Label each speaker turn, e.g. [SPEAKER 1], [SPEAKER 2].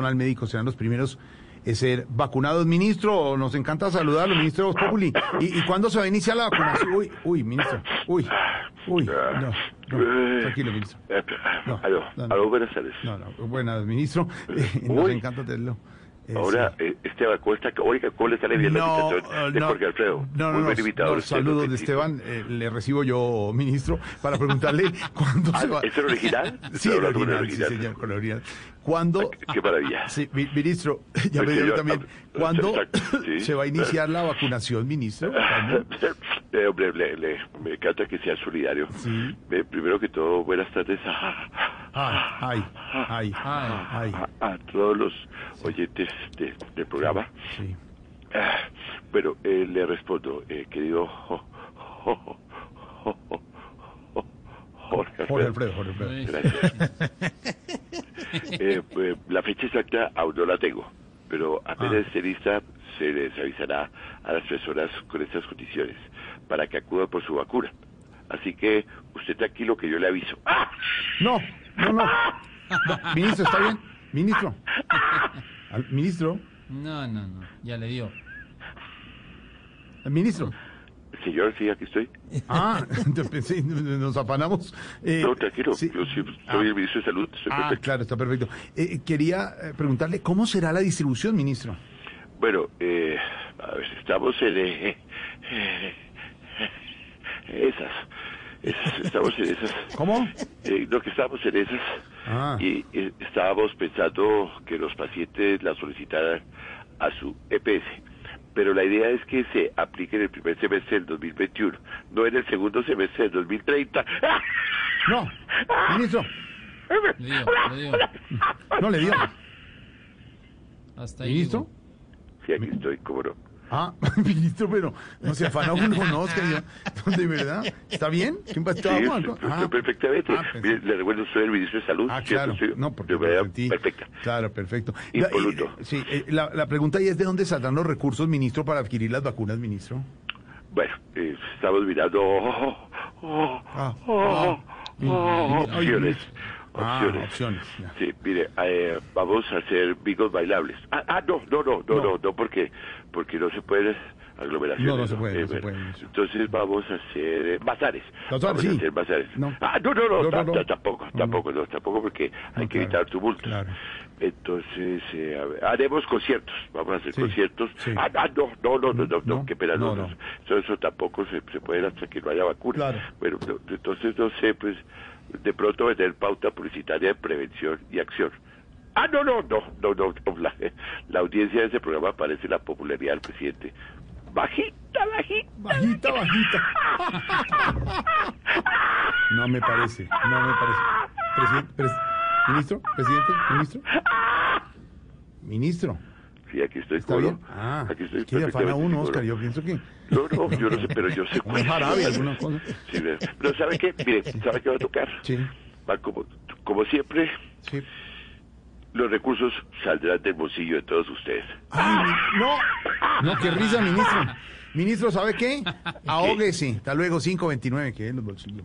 [SPEAKER 1] Al médico serán los primeros en ser vacunados. Ministro, nos encanta saludarlo, ministro de Voz Populi. ¿Y, y cuándo se va a iniciar la vacunación? Uy, uy, ministro. Uy, uy, no, no. Tranquilo, ministro. No,
[SPEAKER 2] Eh, ah, aló,
[SPEAKER 1] no, no.
[SPEAKER 2] aló, buenas tardes.
[SPEAKER 1] No, no, buenas, ministro. Eh, nos
[SPEAKER 2] Uy.
[SPEAKER 1] encanta tenerlo. Eh,
[SPEAKER 2] Ahora,
[SPEAKER 1] sí.
[SPEAKER 2] eh, Esteban Cuesta, oiga, ¿cómo le sale bien la
[SPEAKER 1] No, eh,
[SPEAKER 2] invitación de
[SPEAKER 1] no,
[SPEAKER 2] Jorge Alfredo?
[SPEAKER 1] no, no,
[SPEAKER 2] Muy
[SPEAKER 1] no,
[SPEAKER 2] buen invitador.
[SPEAKER 1] no,
[SPEAKER 2] usted,
[SPEAKER 1] saludos de
[SPEAKER 2] auténtico.
[SPEAKER 1] Esteban, eh, le recibo yo, ministro, para preguntarle cuándo
[SPEAKER 2] Ah,
[SPEAKER 1] se va...
[SPEAKER 2] ¿es el original?
[SPEAKER 1] Sí,
[SPEAKER 2] Está
[SPEAKER 1] el
[SPEAKER 2] hablando con el
[SPEAKER 1] original, sí,
[SPEAKER 2] original.
[SPEAKER 1] señor, con el original. ¿Cuándo...
[SPEAKER 2] Ah, qué maravilla.
[SPEAKER 1] Sí, mi- ministro, ya me
[SPEAKER 2] Porque
[SPEAKER 1] dio
[SPEAKER 2] yo-
[SPEAKER 1] también,
[SPEAKER 2] ah,
[SPEAKER 1] ¿cuándo
[SPEAKER 2] exacto, sí.
[SPEAKER 1] se va a iniciar la vacunación, ministro? ¿Cuándo?
[SPEAKER 2] Eh, hombre, le- le- me encanta que sea solidario.
[SPEAKER 1] Sí.
[SPEAKER 2] Eh, primero que todo, buenas tardes a,
[SPEAKER 1] Ah, ay, ay, ay,
[SPEAKER 2] a- a todos los oyentes de- del programa.
[SPEAKER 1] sí.
[SPEAKER 2] Ah, Bueno, eh, le respondo, eh, querido Jo- Jo- Jo- Jo- Jo- Jorge
[SPEAKER 1] Jorge
[SPEAKER 2] Alfredo.
[SPEAKER 1] Alfredo, Jorge Alfredo.
[SPEAKER 2] Gracias. Eh, pues, la fecha exacta aún no la tengo, pero apenas
[SPEAKER 1] Ah.
[SPEAKER 2] esté lista se les avisará a las personas con estas condiciones para que acudan por su vacuna. Así que usted tranquilo que yo le aviso. ¡Ah!
[SPEAKER 1] No, no, no. No, Ministro, ¿está bien? Ministro. Al- Ministro,
[SPEAKER 3] No, no, no, ya le dio.
[SPEAKER 1] al ministro.
[SPEAKER 2] Señor, sí, aquí estoy.
[SPEAKER 1] Ah, te pensé, nos afanamos. Eh,
[SPEAKER 2] No, tranquilo,
[SPEAKER 1] sí.
[SPEAKER 2] yo sí, soy
[SPEAKER 1] Ah,
[SPEAKER 2] el ministro de Salud. estoy
[SPEAKER 1] ah,
[SPEAKER 2] perfecto.
[SPEAKER 1] claro, está perfecto. Eh, quería eh, preguntarle, ¿cómo será la distribución, ministro?
[SPEAKER 2] Bueno, eh, a ver, estamos en... eh, eh, esas, esas, estamos en esas.
[SPEAKER 1] ¿Cómo?
[SPEAKER 2] Eh, lo que estábamos en esas
[SPEAKER 1] Ah.
[SPEAKER 2] y eh, estábamos pensando que los pacientes la solicitaran a su EPS. Pero la idea es que se aplique en el primer semestre del 2021, no en el segundo semestre del 2030.
[SPEAKER 1] No, ministro,
[SPEAKER 3] Le dio, le dio.
[SPEAKER 1] no le dio.
[SPEAKER 3] Hasta ahí.
[SPEAKER 1] ¿Ministro?
[SPEAKER 2] Sí, aquí estoy, cómo no.
[SPEAKER 1] Ah, ministro, pero no se afanó uno, no, es que yo- ¿De verdad? ¿Está bien? ¿Qué pasó?
[SPEAKER 2] Sí,
[SPEAKER 1] Ah,
[SPEAKER 2] estoy, estoy perfectamente.
[SPEAKER 1] ah, pensé-
[SPEAKER 2] Mire, le recuerdo, soy el ministro de Salud.
[SPEAKER 1] Ah,
[SPEAKER 2] ¿cierto?
[SPEAKER 1] claro.
[SPEAKER 2] Soy-
[SPEAKER 1] No, porque
[SPEAKER 2] de manera
[SPEAKER 1] lo sentí.
[SPEAKER 2] Perfecta.
[SPEAKER 1] Claro, perfecto.
[SPEAKER 2] Y
[SPEAKER 1] La,
[SPEAKER 2] por luto.
[SPEAKER 1] eh, sí, eh, la, la pregunta ahí es de dónde saldrán los recursos, ministro, para adquirir las vacunas, ministro.
[SPEAKER 2] Bueno, eh, estamos mirando oh, oh,
[SPEAKER 1] Ah,
[SPEAKER 2] oh, oh,
[SPEAKER 1] mira,
[SPEAKER 2] opciones.
[SPEAKER 1] Ah,
[SPEAKER 2] Opciones.
[SPEAKER 1] opciones, ya.
[SPEAKER 2] Sí, mire, eh, vamos a hacer bingos bailables. Ah, ah, no, no, no, no,
[SPEAKER 1] No.
[SPEAKER 2] no, no, porque, porque no se pueden aglomeraciones. Eh,
[SPEAKER 1] No, no se puede, no se
[SPEAKER 2] bueno,
[SPEAKER 1] puede, eso.
[SPEAKER 2] Entonces vamos a hacer eh, bazares.
[SPEAKER 1] Bazares,
[SPEAKER 2] Vamos a
[SPEAKER 1] sí.
[SPEAKER 2] hacer bazares.
[SPEAKER 1] No.
[SPEAKER 2] Ah, no, no, no,
[SPEAKER 1] No, no,
[SPEAKER 2] ta- ta-
[SPEAKER 1] no.
[SPEAKER 2] tampoco,
[SPEAKER 1] No,
[SPEAKER 2] tampoco, no, tampoco, porque hay que
[SPEAKER 1] claro,
[SPEAKER 2] evitar tumultos.
[SPEAKER 1] claro.
[SPEAKER 2] Entonces, eh, a ver, haremos conciertos, vamos a hacer
[SPEAKER 1] Sí,
[SPEAKER 2] conciertos.
[SPEAKER 1] sí.
[SPEAKER 2] Ah, ah, no, no, no, no, no,
[SPEAKER 1] No,
[SPEAKER 2] no, qué pena,
[SPEAKER 1] no,
[SPEAKER 2] no,
[SPEAKER 1] no.
[SPEAKER 2] no. Eso, eso tampoco se, se puede hasta que no haya vacuna.
[SPEAKER 1] Claro.
[SPEAKER 2] Bueno, no, entonces no sé, pues de pronto vender pauta publicitaria de prevención y acción. Ah, no, no, no, no, no. no, La, la audiencia de ese programa parece la popularidad del presidente. Bajita, bajita.
[SPEAKER 1] Bajita, bajita. No me parece, no me parece. Presidente, pres- ministro, presidente, ministro. Ministro,
[SPEAKER 2] Sí, aquí estoy,
[SPEAKER 1] ¿está
[SPEAKER 2] ¿cómo
[SPEAKER 1] bien?
[SPEAKER 2] no?
[SPEAKER 1] Ah,
[SPEAKER 2] aquí estoy.
[SPEAKER 1] ¿qué le afana
[SPEAKER 2] perfectamente,
[SPEAKER 1] uno,
[SPEAKER 2] ¿cómo no?
[SPEAKER 1] Oscar? Yo pienso que...
[SPEAKER 2] No, no, yo no sé, pero yo sé
[SPEAKER 1] Un jarabe, alguna cosa.
[SPEAKER 2] Sí, pero- pero ¿sabe qué? Mire, ¿sabe qué va a tocar?
[SPEAKER 1] Sí,
[SPEAKER 2] Va como, como siempre,
[SPEAKER 1] sí.
[SPEAKER 2] los recursos saldrán del bolsillo de todos ustedes.
[SPEAKER 1] ¡Ay, mi- no! ¡Ah! No, qué risa, ministro. Ministro, ¿sabe qué? Ahóguese. Hasta luego, 529, que en los bolsillos.